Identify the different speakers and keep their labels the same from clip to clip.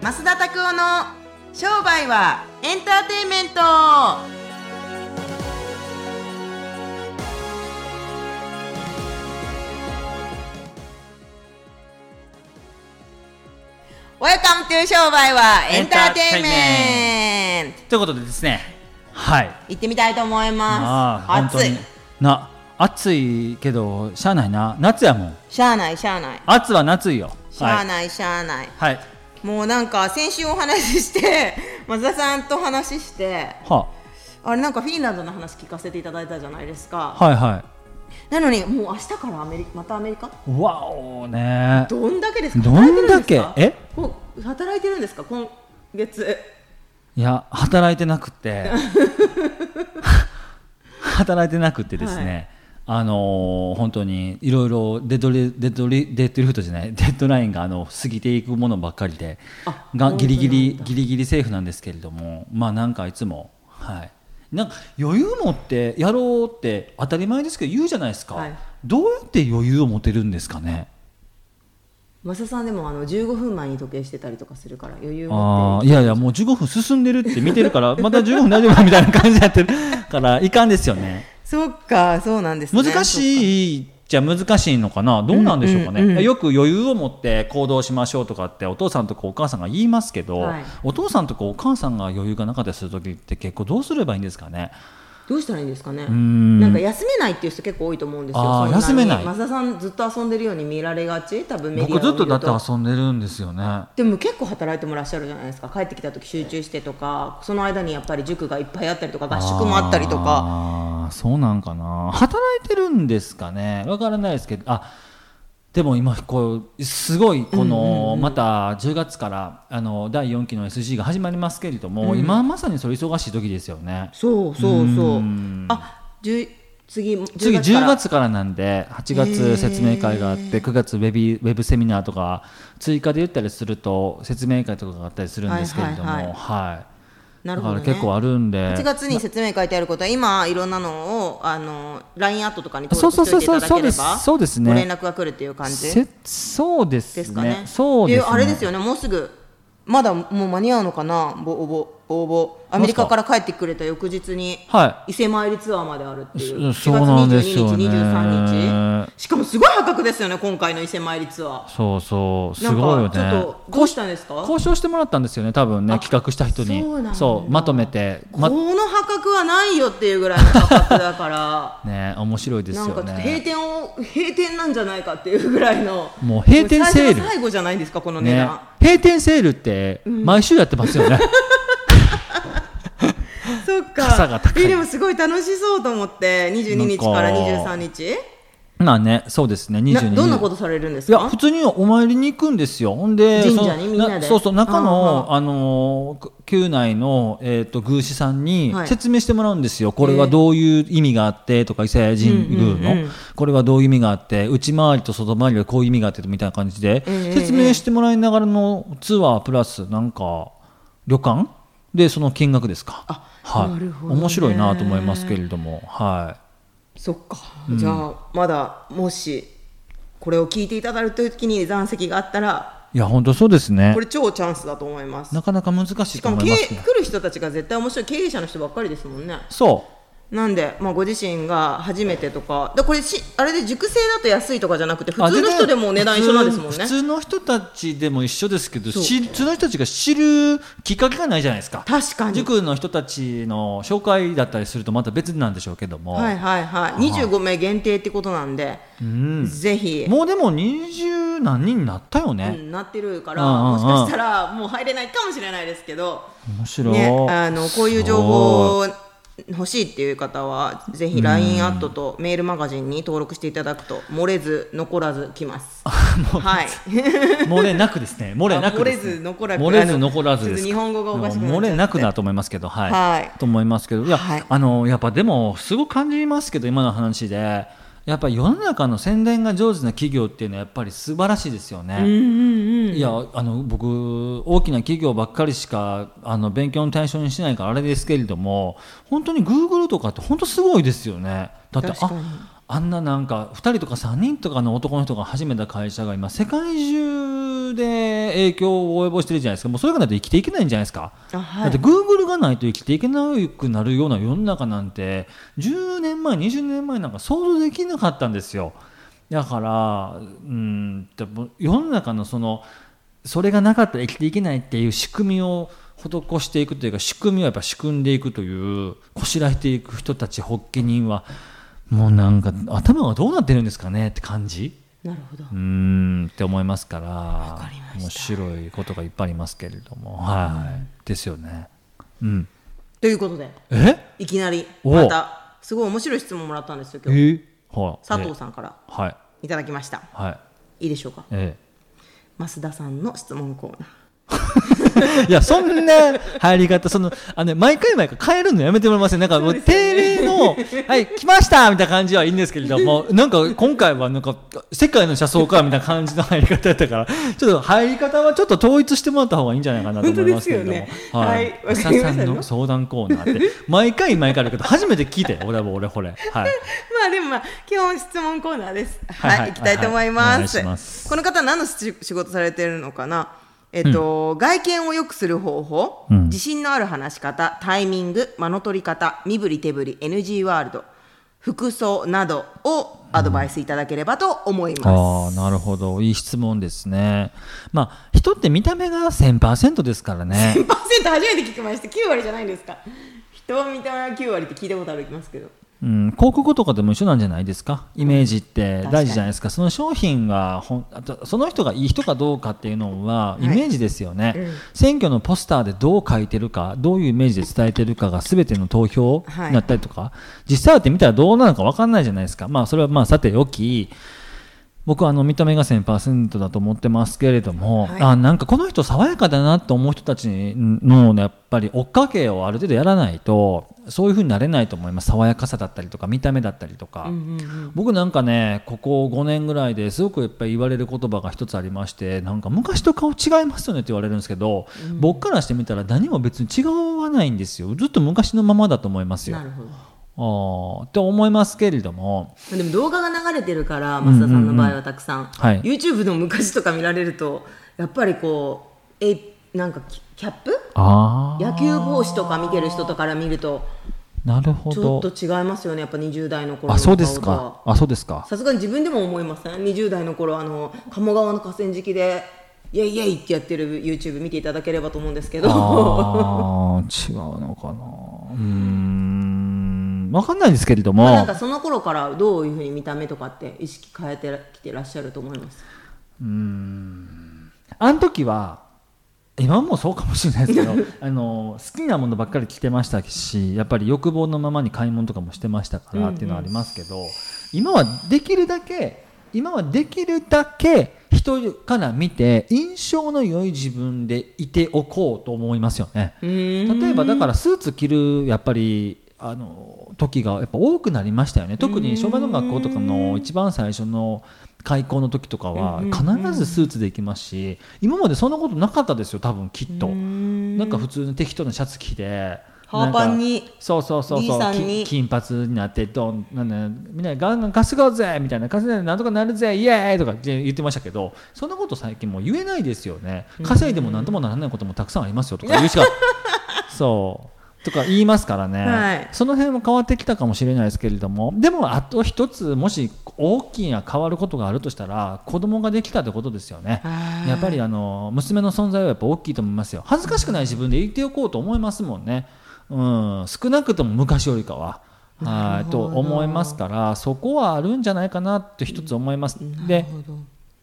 Speaker 1: 増田拓夫の商売はエンターテインメントウェルカムトゥ商売はエンターテインメント
Speaker 2: ということでですねはい
Speaker 1: 行ってみたいと思います
Speaker 2: 本当
Speaker 1: 暑い
Speaker 2: にな暑いけどしゃあないな夏やもん
Speaker 1: しゃあないしゃあない
Speaker 2: 暑は夏いよ
Speaker 1: しゃあ
Speaker 2: い
Speaker 1: ない、しゃあない
Speaker 2: はい
Speaker 1: もうなんか先週お話しして松田さんと話して
Speaker 2: は
Speaker 1: あれなんかフィンランドの話聞かせていただいたじゃないですか
Speaker 2: はいは
Speaker 1: なのにもう明日からアメリカまたアメリカ
Speaker 2: いわおね
Speaker 1: どんだけですか
Speaker 2: どんだけ
Speaker 1: 働いてるんですか
Speaker 2: え
Speaker 1: こう働いてるんですか今月
Speaker 2: いや働いてな くて働いてなくてですね、あのー本当にいろいろデッドリデッドリデッドリフトじゃないデッドラインがあの過ぎていくものばっかりで
Speaker 1: あ
Speaker 2: がギリ
Speaker 1: 本当なん
Speaker 2: ギリ
Speaker 1: だ
Speaker 2: ギリギリセーフなんですけれどもまあなんかいつもはいなんか余裕持ってやろうって当たり前ですけど言うじゃないですか、
Speaker 1: はい
Speaker 2: どうやって余裕を持てるんですかね
Speaker 1: マサさんでもあの15分前に時計してたりとかするから余裕持っ
Speaker 2: ああ
Speaker 1: て
Speaker 2: いやいやもう15分進んでるって見てるから また15分大丈夫みたいな感じになってるからいかんですよね
Speaker 1: そっかそうなんですね
Speaker 2: 難
Speaker 1: い
Speaker 2: しいじゃ難しいのかなどうなんでしょうかね、
Speaker 1: うんうんうん
Speaker 2: よく余裕を持って行動しましょうとかってお父さんとかお母さんが言いますけど、
Speaker 1: はい
Speaker 2: お父さんとかお母さんが余裕がなかったりする時って結構どうすればいいんですかね
Speaker 1: どうしたらいいんですかね
Speaker 2: ん
Speaker 1: なんか休めないっていう人結構多いと思うんですよ
Speaker 2: あー
Speaker 1: そんに
Speaker 2: 休めない
Speaker 1: マサさんずっと遊んでるように見られがち多分メディアを見
Speaker 2: 僕
Speaker 1: る
Speaker 2: ずっとだって遊んでるんですよね
Speaker 1: でも結構働いてもらっしゃるじゃないですか帰ってきた時集中してとかその間にやっぱり塾がいっぱいあったりとか合宿もあったりとか
Speaker 2: あーそうなんかな働いてるんですかねわからないですけどあでも今こうすごいこの、また10月からあの第4期の SG が始まりますけれども、今まさにそれ忙しい時ですよね
Speaker 1: そうそうそう
Speaker 2: うん
Speaker 1: あじゅ次10月
Speaker 2: 次
Speaker 1: から
Speaker 2: 10月からなんで8月説明会があって9月ウェビウェブセミナーとか追加で言ったりすると説明会とかがあったりするんですけれども
Speaker 1: は
Speaker 2: はいい
Speaker 1: はいはいなる
Speaker 2: だ
Speaker 1: ほど、
Speaker 2: から
Speaker 1: ね、
Speaker 2: 結構あるんで
Speaker 1: 8月に説明書いてあることは今いろんなのをあの LINE アットとかに登
Speaker 2: そうそ
Speaker 1: 録
Speaker 2: う
Speaker 1: してお
Speaker 2: そ
Speaker 1: いうていただけ
Speaker 2: そうで
Speaker 1: れ
Speaker 2: す
Speaker 1: ば
Speaker 2: そうですね
Speaker 1: ご連絡が来るっていう感じ
Speaker 2: せそうですね
Speaker 1: ですかね
Speaker 2: そうですね
Speaker 1: であれですよねもうすぐまだもう間に合うのかなぼ応募応募アメリカから帰ってくれた翌日に
Speaker 2: は
Speaker 1: 伊勢参りツアーまであるっていう
Speaker 2: そそうなんですよね
Speaker 1: 4月22日23日しかもすごい破格ですよね今回の伊勢参りツア
Speaker 2: いそうそう
Speaker 1: ー
Speaker 2: すごいよ
Speaker 1: なんかちょっ
Speaker 2: ね
Speaker 1: とどうしたんですかこ
Speaker 2: 交渉してもらったんですよね多分ね企画した人に
Speaker 1: そうなんだ
Speaker 2: まとめて、ま、
Speaker 1: の破格はないよっていうぐらいの破格だから
Speaker 2: ね面白いです
Speaker 1: なん
Speaker 2: よ
Speaker 1: かちょっと閉
Speaker 2: ね
Speaker 1: 店を閉店なんじゃないかっていうぐらいの
Speaker 2: もう閉店セ
Speaker 1: 最
Speaker 2: ール
Speaker 1: 初の最後じゃないですかこの値
Speaker 2: ね
Speaker 1: 段、
Speaker 2: 閉店セールって毎週やってま すよね、
Speaker 1: そっか。
Speaker 2: 傘が高い
Speaker 1: えでもすごい楽しそうと思って、22日から23日。
Speaker 2: まあねそうですね
Speaker 1: な
Speaker 2: 22
Speaker 1: どんなことされるんです
Speaker 2: いや
Speaker 1: か
Speaker 2: 普。通にお参りに行くんですよ。ほんで
Speaker 1: 神社
Speaker 2: その
Speaker 1: にみんなで
Speaker 2: そうそう中の
Speaker 1: う
Speaker 2: あのー宮内のえっ、と宮司さんに
Speaker 1: はい
Speaker 2: 説明してもらうんですよ。これはどういう意味があってとか伊勢神宮の、
Speaker 1: うんうんうん
Speaker 2: これはどういう意味があって内回りと外回りはこういう意味があってみたいな感じで、
Speaker 1: ええ
Speaker 2: 説明してもらいながらのツアープラスなんか旅館でその金額ですか。
Speaker 1: あ
Speaker 2: はい。
Speaker 1: なるほどね
Speaker 2: 面白いなと思いますけれども、はい。
Speaker 1: そっか。じゃあ、まだもし。これを聞いていただくときに残席があったら、
Speaker 2: いや本当そうですね
Speaker 1: こ。れ超チャンスだと思います。
Speaker 2: なかなか難しい
Speaker 1: しか
Speaker 2: と
Speaker 1: も
Speaker 2: 思
Speaker 1: 経
Speaker 2: い
Speaker 1: 営
Speaker 2: ま
Speaker 1: 来
Speaker 2: すね。
Speaker 1: る人たちが絶対面白い経営者の人ばっかりですもんね。
Speaker 2: そう。
Speaker 1: なんで、まあ、ご自身が初めてとか、でこれし、あれで熟成だと安いとかじゃなくて、普通の人でも値段一緒なんですもんね
Speaker 2: 普。通の人たちでも一緒ですけど
Speaker 1: そう
Speaker 2: し普通の人たちが知るきっかけがないじゃないですか
Speaker 1: 確かに。
Speaker 2: 塾の人たちの紹介だったりするとまた別なんでしょうけども、
Speaker 1: はいはいはい、25名限定ってことなんで、
Speaker 2: うん、
Speaker 1: ぜひ、
Speaker 2: もうでも二十何人になったよ
Speaker 1: う
Speaker 2: ね、
Speaker 1: んなってるから、
Speaker 2: うんうん
Speaker 1: も
Speaker 2: うん
Speaker 1: しかしたらもう入れないかもしれないですけど、
Speaker 2: 面白い、
Speaker 1: ね、あのこういう情報
Speaker 2: そう
Speaker 1: を欲しいっていう方はぜひ LINE アットとメールマガジンに登録していただくと漏れず残らず来 ます。はい、
Speaker 2: 漏れなくですね漏れなくですね、
Speaker 1: あ漏れず残らず
Speaker 2: 漏れず残らずで
Speaker 1: ちょっ
Speaker 2: す
Speaker 1: と日本語がおかしくなっちゃって
Speaker 2: 漏れなくだと思いますけどはい、
Speaker 1: はい
Speaker 2: と思いますけどいや、
Speaker 1: はい
Speaker 2: あのやっぱでもすごく感じますけど今の話でやっぱり世の中の宣伝が上手な企業っていうのはやっぱり素晴らしいですよね。いやあの僕大きな企業ばっかりしかあの勉強の対象にしてないからあれですけれども本当にグーグルとかって本当すごいですよねだって
Speaker 1: 確かに
Speaker 2: ああんななんか2人とか3人とかの男の人が始めた会社が今世界中で影響を及ぼしてるじゃないですかもうそれがないと生きていけないんじゃないですか、
Speaker 1: あは
Speaker 2: だって
Speaker 1: い、
Speaker 2: グーグルがないと生きていけなくなるような世の中なんて10年前20年前なんか想像できなかったんですよだからうんでも世の中のそのそれがなかったら生きていけないっていう仕組みを施していくというか仕組みをやっぱ仕組んでいくというこしらえていく人たち発起人はもうなんか頭がどうなってるんですかねって感じ
Speaker 1: なるほど
Speaker 2: うーんって思いますから
Speaker 1: かりました
Speaker 2: 面白いことがいっぱいありますけれども、はい、ですよね。うん、
Speaker 1: ということで
Speaker 2: え
Speaker 1: いきなり
Speaker 2: お
Speaker 1: またすごい面白い質問もらったんですよ今日
Speaker 2: えはい、
Speaker 1: 佐藤
Speaker 2: さ
Speaker 1: さんから
Speaker 2: んはい
Speaker 1: いただきました
Speaker 2: はい
Speaker 1: いいでしょうか
Speaker 2: え
Speaker 1: 増田さんの質問コーナー
Speaker 2: え、 いやそんな入り方そのあの、ね、毎回毎回変えるのやめてもらえませんなんかもう定例の「はい来ました!」みたいな感じはいいんですけれどもなんか今回はなんか世界の車窓かみたいな感じの入り方だったからちょっと入り方はちょっと統一してもらった方がいいんじゃないかなと思いますけれども、
Speaker 1: 本当ですよねはいわかりました
Speaker 2: さんの相談コーナーって毎回毎回あるけど初めて聞いて俺は俺これはい。
Speaker 1: まあでもまあ基本質問コーナーです。
Speaker 2: はいはい
Speaker 1: はい、行きたいと思いま
Speaker 2: はいはいお願い
Speaker 1: す。
Speaker 2: します
Speaker 1: この方何の仕仕事されてるのかな。えっと、外見を良くする方法、
Speaker 2: うん
Speaker 1: 自信のある話し方、タイミング、間の取り方、身振り手振り、NG ワールド、服装などをアドバイスいただければと思い
Speaker 2: あ
Speaker 1: ま
Speaker 2: あ
Speaker 1: す。
Speaker 2: なるほどいい質問ですねまあ人って見た目が1000%ですからね
Speaker 1: 10%初めて聞きました。9割じゃないんですか。人を見た目は9割って聞いたことありますけど。
Speaker 2: うん、広告とかでも一緒なんじゃないですかイメージって
Speaker 1: うん
Speaker 2: 大事じゃないですかその商品がほんあとその人がいい人かどうかっていうのはイメージですよね、
Speaker 1: うん
Speaker 2: 選挙のポスターでどう書いてるかどういうイメージで伝えてるかが全ての投票
Speaker 1: はい
Speaker 2: になったりとか、実際会ってみたらどうなのか分かんないじゃないですかまあそれはまあさておき僕はあの見た目が1000%だと思ってますけれども、
Speaker 1: はい
Speaker 2: あなんかこの人爽やかだなと思う人たちのやっぱり追っかけをある程度やらないとそういう風になれないと思います爽やかさだったりとか見た目だったりとか、
Speaker 1: うんうんうん
Speaker 2: 僕なんかねここ5年ぐらいですごくやっぱり言われる言葉が一つありましてなんか昔と顔違いますよねって言われるんですけど、僕からしてみたら何も別に違わないんですよずっと昔のままだと思いますよ
Speaker 1: な。るほど。
Speaker 2: あーって思いますけれども
Speaker 1: でも動画が流れてるから増田さんの場合はたくさん、
Speaker 2: はい
Speaker 1: YouTube の昔とか見られるとやっぱりこうえなんかキキャップ
Speaker 2: あー
Speaker 1: 野球帽子とか見てる人とから見ると
Speaker 2: なるほ
Speaker 1: ちょ
Speaker 2: ど
Speaker 1: っと違いますよねやっぱ20代の頃の顔と
Speaker 2: あそうですか。あそうですか。
Speaker 1: さすがに自分でも思いません20代の頃あの鴨川の河川敷でイエイイエイってやってる YouTube 見ていただければと思うんですけど
Speaker 2: あー違うのかな。うーんわかんないですけれども。
Speaker 1: なんかその頃からどういうふうに見た目とかって意識変えてきてらっしゃると思います
Speaker 2: あの時は今もそうかもしれないですけど あの好きなものばっかり着てましたしやっぱり欲望のままに買い物とかもしてましたからっていうのはありますけど、今はできるだけ今はできるだけ人から見て印象の良い自分でいておこうと思いますよね。例
Speaker 1: 例
Speaker 2: えばだからスーツ着るやっぱりあの時がやっぱ多くなりましたよね特に小学学校とかの一番最初の開校の時とかは
Speaker 1: うん
Speaker 2: 必ずスーツで行きますし今までそんなことなかったですよ多分きっとなんか普通の適当なシャツ着て
Speaker 1: ハーパンに
Speaker 2: なんかそうそうそうそう
Speaker 1: D さん
Speaker 2: き
Speaker 1: に
Speaker 2: 金髪になってどんなんだみんなでガンガン稼ごうぜみたいな稼いでなんとかなるぜイエーイとかって言ってましたけどそんなこと最近もう言えないですよね稼いでもなんともならないこともたくさんあります よとか言うしかそうとか言いますからね、
Speaker 1: はい
Speaker 2: その辺も変わってきたかもしれないですけれどもでもあと一つもし大きな変わることがあるとしたら子供ができたってことですよねやっぱりあの娘の存在はやっぱ大きいと思いますよ恥ずかしくない自分で言っておこうと思いますもんね、うん、少なくとも昔よりかは。
Speaker 1: な
Speaker 2: は
Speaker 1: る
Speaker 2: い
Speaker 1: ほ
Speaker 2: と
Speaker 1: ど
Speaker 2: 思いますからそこはあるんじゃないかなって一つ思います。で
Speaker 1: なるほど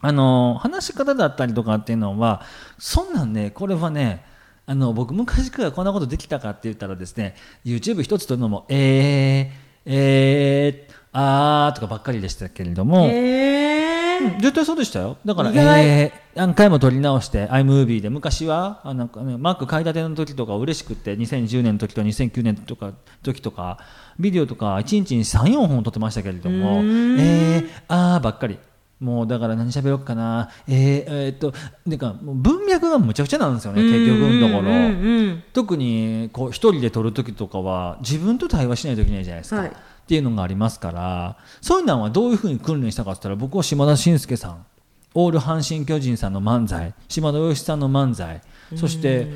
Speaker 2: あの話し方だったりとかっていうのはそんなんねこれはねあの僕昔からこんなことできたかって言ったらですね YouTube 一つとるのも「えー、えー、あー」とかばっかりでしたけれども、
Speaker 1: えー
Speaker 2: 絶対そうでしたよだから、
Speaker 1: 意外
Speaker 2: えー何回も撮り直して「iMovie」で昔はあなんか、ね、マック買い立ての時とか嬉しくって2010年の時とか2009年とか時とかビデオとか1日に34本撮ってましたけれども「えー、あー」ばっかりもうだから何喋ろうかなえー、えーっとなんかもう文脈がむちゃくちゃなんですよね結局のところ。
Speaker 1: うんうん
Speaker 2: 特にこう一人で撮る時とかは自分と対話しないといけないじゃないですか、
Speaker 1: はい
Speaker 2: っていうのがありますからそういうのはどういうふうに訓練したかって言ったら僕は島田紳介さんオール阪神・巨人さんの漫才島田洋一さんの漫才そして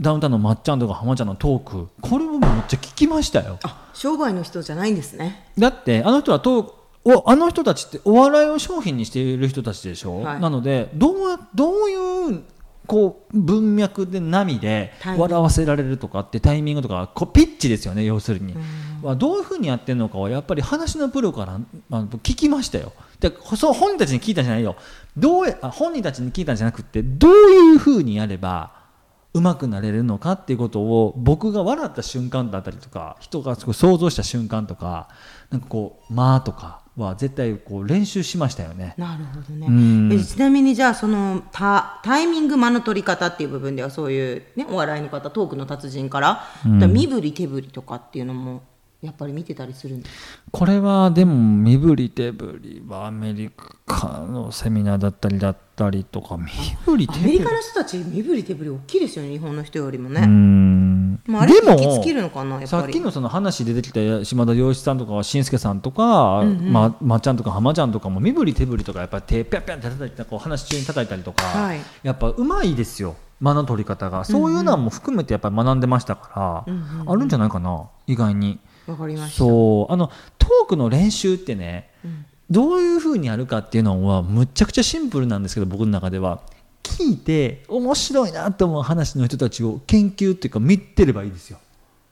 Speaker 2: ダウンタウンのまっちゃんとか浜ちゃんのトークこれもめっちゃ聞きましたよ
Speaker 1: あ商売の人じゃないんですね
Speaker 2: だってあの人はとおあの人たちってお笑いを商品にしている人たちでしょ、
Speaker 1: はい
Speaker 2: なのでどうやどういうこう文脈で波で
Speaker 1: タイミング
Speaker 2: 笑わせられるとかってタイミングとかこうピッチですよね要するに、はどういうふうにやってるのかはやっぱり話のプロからあの聞きましたよでそう本人たちに聞いたんじゃないよどうやあ本人たちに聞いたんじゃなくってどういうふうにやればうまくなれるのかっていうことを僕が笑った瞬間だったりとか人がすごい想像した瞬間とかなんかこう「まあ」とかは絶対こう練習しましたよね。
Speaker 1: なるほど
Speaker 2: うん
Speaker 1: ねえちなみにじゃあそのタタイミング間の取り方っていう部分ではそういう、ね、お笑いの方トークの達人から,、身振り手振りとかっていうのもやっぱり見てたりするんです
Speaker 2: これはでも身振り手振りはアメリカのセミナーだったりだったりとか身振り手
Speaker 1: ア
Speaker 2: 振
Speaker 1: メ
Speaker 2: り
Speaker 1: リカの人たち身振り手振り大きいですよね日本の人よりも
Speaker 2: う
Speaker 1: ね、
Speaker 2: ん
Speaker 1: まあ、あれ引きつけるのかなやっ
Speaker 2: さ
Speaker 1: ぱ
Speaker 2: っき
Speaker 1: り
Speaker 2: のその話出てきた島田洋一さんとか紳助さんとか、ままっちゃんとか浜ちゃんとかも身振り手振りとかやっぱ手ぴゃぴゃって叩いてこう話中に叩いたりとか、
Speaker 1: はい
Speaker 2: やっぱうまいですよ間の取り方がそういうのも含めてやっぱり学んでましたから、
Speaker 1: うんうん
Speaker 2: あるんじゃないかな意外に。
Speaker 1: わかりました
Speaker 2: そうあのトークの練習ってね、
Speaker 1: ん
Speaker 2: どういうふうにやるかっていうのはむっちゃくちゃシンプルなんですけど僕の中では聞いて面白いなと思う話の人たちを研究っていうか見てればいいですよ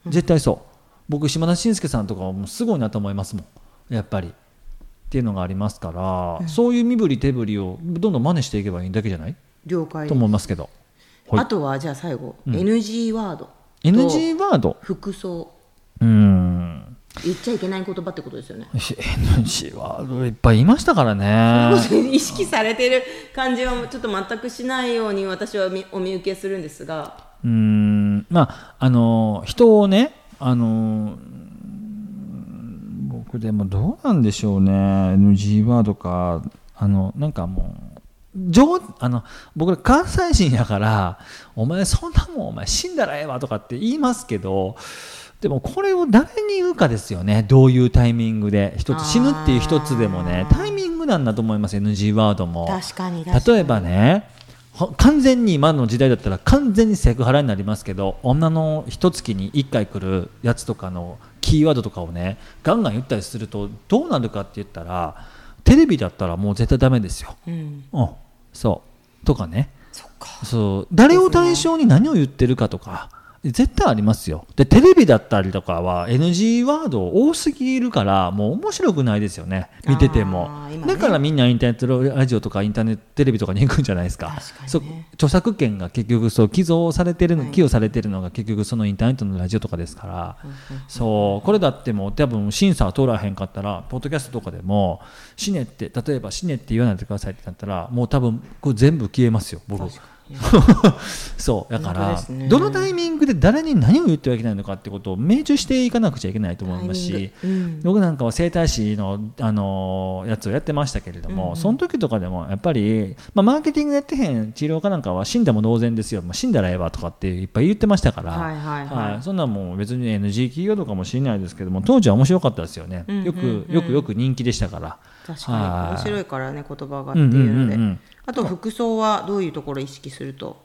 Speaker 2: 絶対そう、僕島田紳介さんとかはもうすごいなと思いますもんやっぱりっていうのがありますから、そういう身振り手振りをどんどん真似していけばいいだけじゃない、
Speaker 1: 了解
Speaker 2: と思いますけど、はい
Speaker 1: あとはじゃあ最後、NG ワードと
Speaker 2: NG ワード
Speaker 1: 服装
Speaker 2: うん
Speaker 1: 言っちゃいけない言葉ってことですよね
Speaker 2: NG ワードいっぱいいましたからね
Speaker 1: 意識されてる感じはちょっと全くしないように私はみお見受けするんですが
Speaker 2: うーんまああの人をねあのうーん僕でもどうなんでしょうね NG ワードかあのなんかもう上あの僕ら関西人やから「お前そんなもんお前死んだらええわ」とかって言いますけどでもこれを誰に言うかですよねどういうタイミングで一
Speaker 1: あー
Speaker 2: つ死ぬっていう一つでもねタイミングなんだと思います NG ワードも。
Speaker 1: 確かに確かに
Speaker 2: 例えばねほ完全に今の時代だったら完全にセクハラになりますけど女の一月に1回来るやつとかのキーワードとかをねガンガン言ったりするとどうなるかって言ったらテレビだったらもう絶対ダメですよ。
Speaker 1: うん
Speaker 2: うん、そうとかね
Speaker 1: そっか
Speaker 2: そう誰を対象に何を言ってるかとか絶対ありますよでテレビだったりとかは NG ワード多すぎるからもう面白くないですよね見てても、
Speaker 1: あー今ね
Speaker 2: だからみんなインターネットラジオとかインターネットテレビとかに行くんじゃないですか
Speaker 1: 確かにね
Speaker 2: そう著作権が結局そう寄贈されてるの、
Speaker 1: はい
Speaker 2: 寄与されてるのが結局そのインターネットのラジオとかですから、そうこれだってもう多分審査通らへんかったらポッドキャストとかでも「死ね」って例えば「死ね」って言わないでくださいってなったらもう多分これ全部消えますよ僕 そうだか
Speaker 1: 本当
Speaker 2: ら、
Speaker 1: ですね
Speaker 2: どのタイミングで誰に何を言ってはいけないのかってことを命中していかなくちゃいけないと思いますし、
Speaker 1: タイミングうん
Speaker 2: 僕なんかは整体師の、あのーやつをやってましたけれども、その時とかでもやっぱり、まあ、マーケティングやってへん治療家なんかは死んだも同然ですよ、まあ、死んだらええわとかっていっぱい言ってましたから、
Speaker 1: はいはいはい
Speaker 2: そんなんもう別に NG 企業とかもしれないですけども当時は面白かったですよね、
Speaker 1: うんうんうん
Speaker 2: よくよくよく人気でしたから。
Speaker 1: 確か
Speaker 2: は
Speaker 1: に
Speaker 2: い
Speaker 1: 面白いからね言葉がっていうので、
Speaker 2: うんうんうんうん
Speaker 1: あと服装はどういうところ意識すると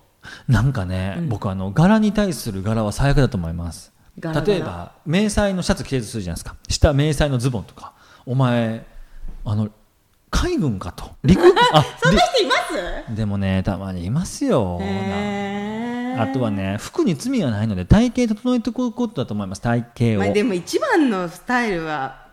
Speaker 2: なんかね、僕あの柄に対する柄は最悪だと思います
Speaker 1: 柄柄
Speaker 2: 例えば迷彩のシャツ着てるとするじゃないですか下迷彩のズボンとかお前あの海軍かと 陸あ
Speaker 1: そんな人います
Speaker 2: りでもねたまにいますよ、
Speaker 1: へー
Speaker 2: あとはね服に罪がないので体型整えていくことだと思います体
Speaker 1: ま
Speaker 2: 型
Speaker 1: あ、
Speaker 2: を、
Speaker 1: でも一番のスタイルは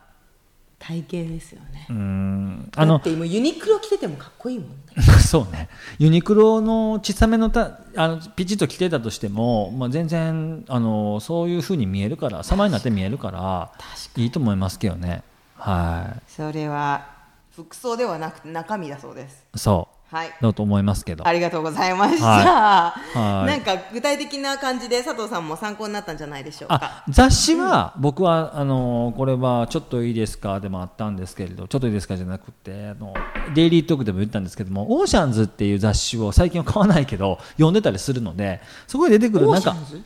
Speaker 1: 体型ですよね
Speaker 2: うーんあ
Speaker 1: あのだ
Speaker 2: の
Speaker 1: ってもうユニクロ着ててもかっこいいもんね
Speaker 2: そうねユニクロの小さめのたあのピチッと着てたとしても、まあ、全然あのそういうふうに見えるから様になって見えるからいいと思いますけどねは
Speaker 1: それは服装ではなくて中身だそうです
Speaker 2: いそ
Speaker 1: はいう
Speaker 2: だと思いますけど
Speaker 1: ありがとうございました、
Speaker 2: ははい
Speaker 1: なんか具体的な感じで佐藤さんも参考になったんじゃないでしょうか
Speaker 2: あ雑誌は僕はあのこれは「ちょっといいですか?」でもあったんですけれど「ちょっといいですか?」じゃなくてあのデイリートークでも言ったんですけども「オーシャンズ」っていう雑誌を最近は買わないけど読んでたりするのでそこで出てくる
Speaker 1: オー
Speaker 2: なん
Speaker 1: シャ
Speaker 2: か
Speaker 1: ンズ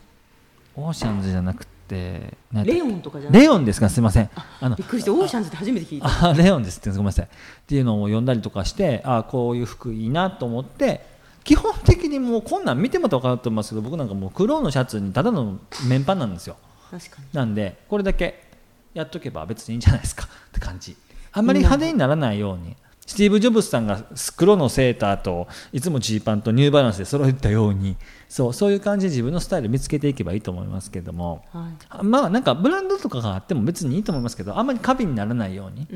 Speaker 2: オーシャンズじゃなくって何やった
Speaker 1: レオンとかじゃない
Speaker 2: レオンですかすいませんあの
Speaker 1: びっくりしてオーシャンズって初めて聞いた
Speaker 2: あレオンですってごめんなさいっていうのを読んだりとかしてあこういう服いいなと思って基本的にもうこんなん見ても分かると思いますけど僕なんかもう黒のシャツにただの綿パンなんですよ
Speaker 1: 確かに
Speaker 2: なんでこれだけやっとけば別にいいんじゃないですか って感じあんまり派手にならないようにスティーブ・ジョブズさんが黒のセーターといつもジーパンとニューバランスで揃えたようにそうそういう感じで自分のスタイル見つけていけばいいと思いますけども
Speaker 1: は
Speaker 2: まあなんかブランドとかがあっても別にいいと思いますけどあんまり過敏にならないように
Speaker 1: い、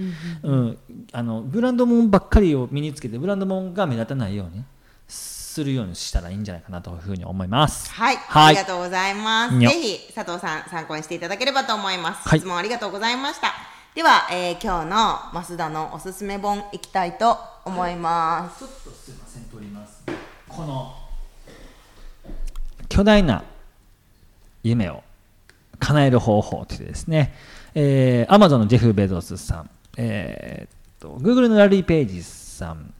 Speaker 1: う、んうん
Speaker 2: うん、あのブランドもんばっかりを身につけてブランドもんが目立たないようにするようにしたらいいんじゃないかなというふうに思います。
Speaker 1: はい、
Speaker 2: はい
Speaker 1: ありがとうございます。
Speaker 2: に
Speaker 1: ぜ
Speaker 2: ょ
Speaker 1: ひ佐藤さん参考にしていただければと思います。
Speaker 2: はい
Speaker 1: 質問ありがとうございました。では、えー今日の増田のおすすめ本いきたいと思います。
Speaker 2: ちょっとすいません取ります。この巨大な夢を叶える方法というですね、えー、Amazon のジェフ・ベゾスさん、えー、と Google のラリー・ペイジさん、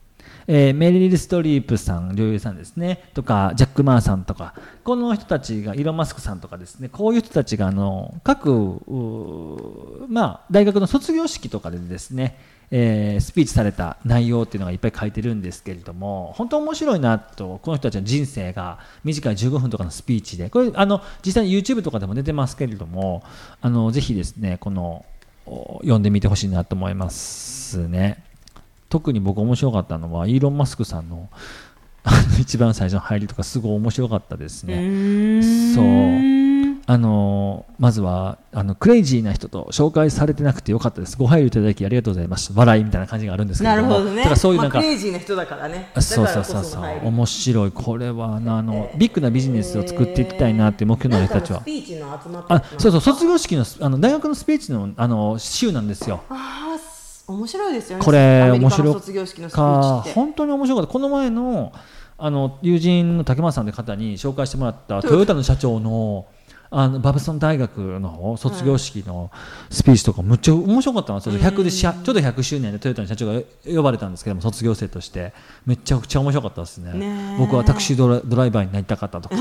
Speaker 2: えーメリル・ストリープさん女優さんですねとかジャック・マーさんとかこの人たちがイーロン・マスクさんとかですねこういう人たちがあの各、うーまあ、大学の卒業式とかでですね、えースピーチされた内容っていうのがいっぱい書いてるんですけれども本当面白いなとこの人たちの人生が短い15分とかのスピーチでこれあの実際に YouTube とかでも出てますけれどもあのぜひですねこのお読んでみてほしいなと思いますね。特に僕面白かったのはイーロン・マスクさんのあの一番最初の入りとかすごい面白かったですね。そうあのまずはあのクレイジーな人と紹介されてなくてよかったです。ご配慮いただきありがとうございます。笑いみたいな感じがあるんですけれ
Speaker 1: な
Speaker 2: ど
Speaker 1: る
Speaker 2: も、
Speaker 1: ほどね。
Speaker 2: だからそういうなんか、
Speaker 1: まあクレイジーな人だからね。
Speaker 2: そう
Speaker 1: だか
Speaker 2: そう
Speaker 1: らこ
Speaker 2: そう
Speaker 1: そ
Speaker 2: そう
Speaker 1: 入る
Speaker 2: 面白いこれはあのあのビッグなビジネスを作っていきたいなっていう目標の人たち
Speaker 1: なんかの
Speaker 2: は
Speaker 1: ス。ピーチの集まった
Speaker 2: あそう
Speaker 1: う。
Speaker 2: そう卒業式のあの大学のスピーチのあの週なんですよ。
Speaker 1: あー面白いですよね。
Speaker 2: これ
Speaker 1: アメリ
Speaker 2: 面
Speaker 1: カの
Speaker 2: 白
Speaker 1: 卒業式のスピー
Speaker 2: か
Speaker 1: チって。
Speaker 2: 本当に面白かったこの前のあの友人の竹松さんという方に紹介してもらったトヨタの社長のあのバブソン大学の卒業式のスピーチとかむっちゃ面白かったんですよ、100でしゃちょうど100周年でトヨタの社長が呼ばれたんですけども卒業生としてめちゃくちゃ面白かったですね
Speaker 1: ねえ
Speaker 2: 僕はタクシードラドライバーになりたかったとか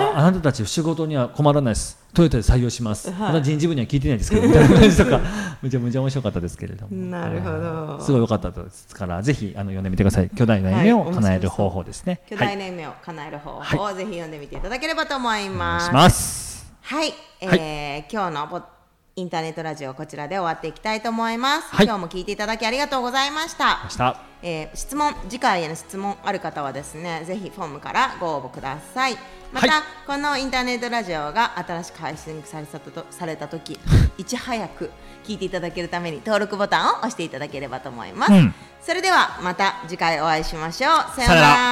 Speaker 2: ああなたたち仕事には困らないですトヨタで採用します、まだ人事部には聞いてないですけどみたいな感じとかめちゃめちゃ面白かったですけれども
Speaker 1: なるほど
Speaker 2: すごい良かったですからぜひあの読んでみてください巨大な夢を叶える方法ですね、
Speaker 1: 巨
Speaker 2: はい
Speaker 1: 大な夢を叶える方法をぜひ読んでみていただければと思い
Speaker 2: お願
Speaker 1: ま
Speaker 2: い
Speaker 1: す
Speaker 2: し。ます
Speaker 1: はい、えー
Speaker 2: はい
Speaker 1: 今日のポインターネットラジオこちらで終わっていきたいと思います、
Speaker 2: はい
Speaker 1: 今日も聞いていただきありがとうございました
Speaker 2: 明、日
Speaker 1: えー質問次回への質問ある方はですねぜひフォームからご応募くださいまた、
Speaker 2: はい
Speaker 1: このインターネットラジオが新しく配信されたとされた時いち早く聞いていただけるために登録ボタンを押していただければと思います、
Speaker 2: うん
Speaker 1: それではまた次回お会いしましょうさよう
Speaker 2: さ
Speaker 1: な
Speaker 2: よな
Speaker 1: ら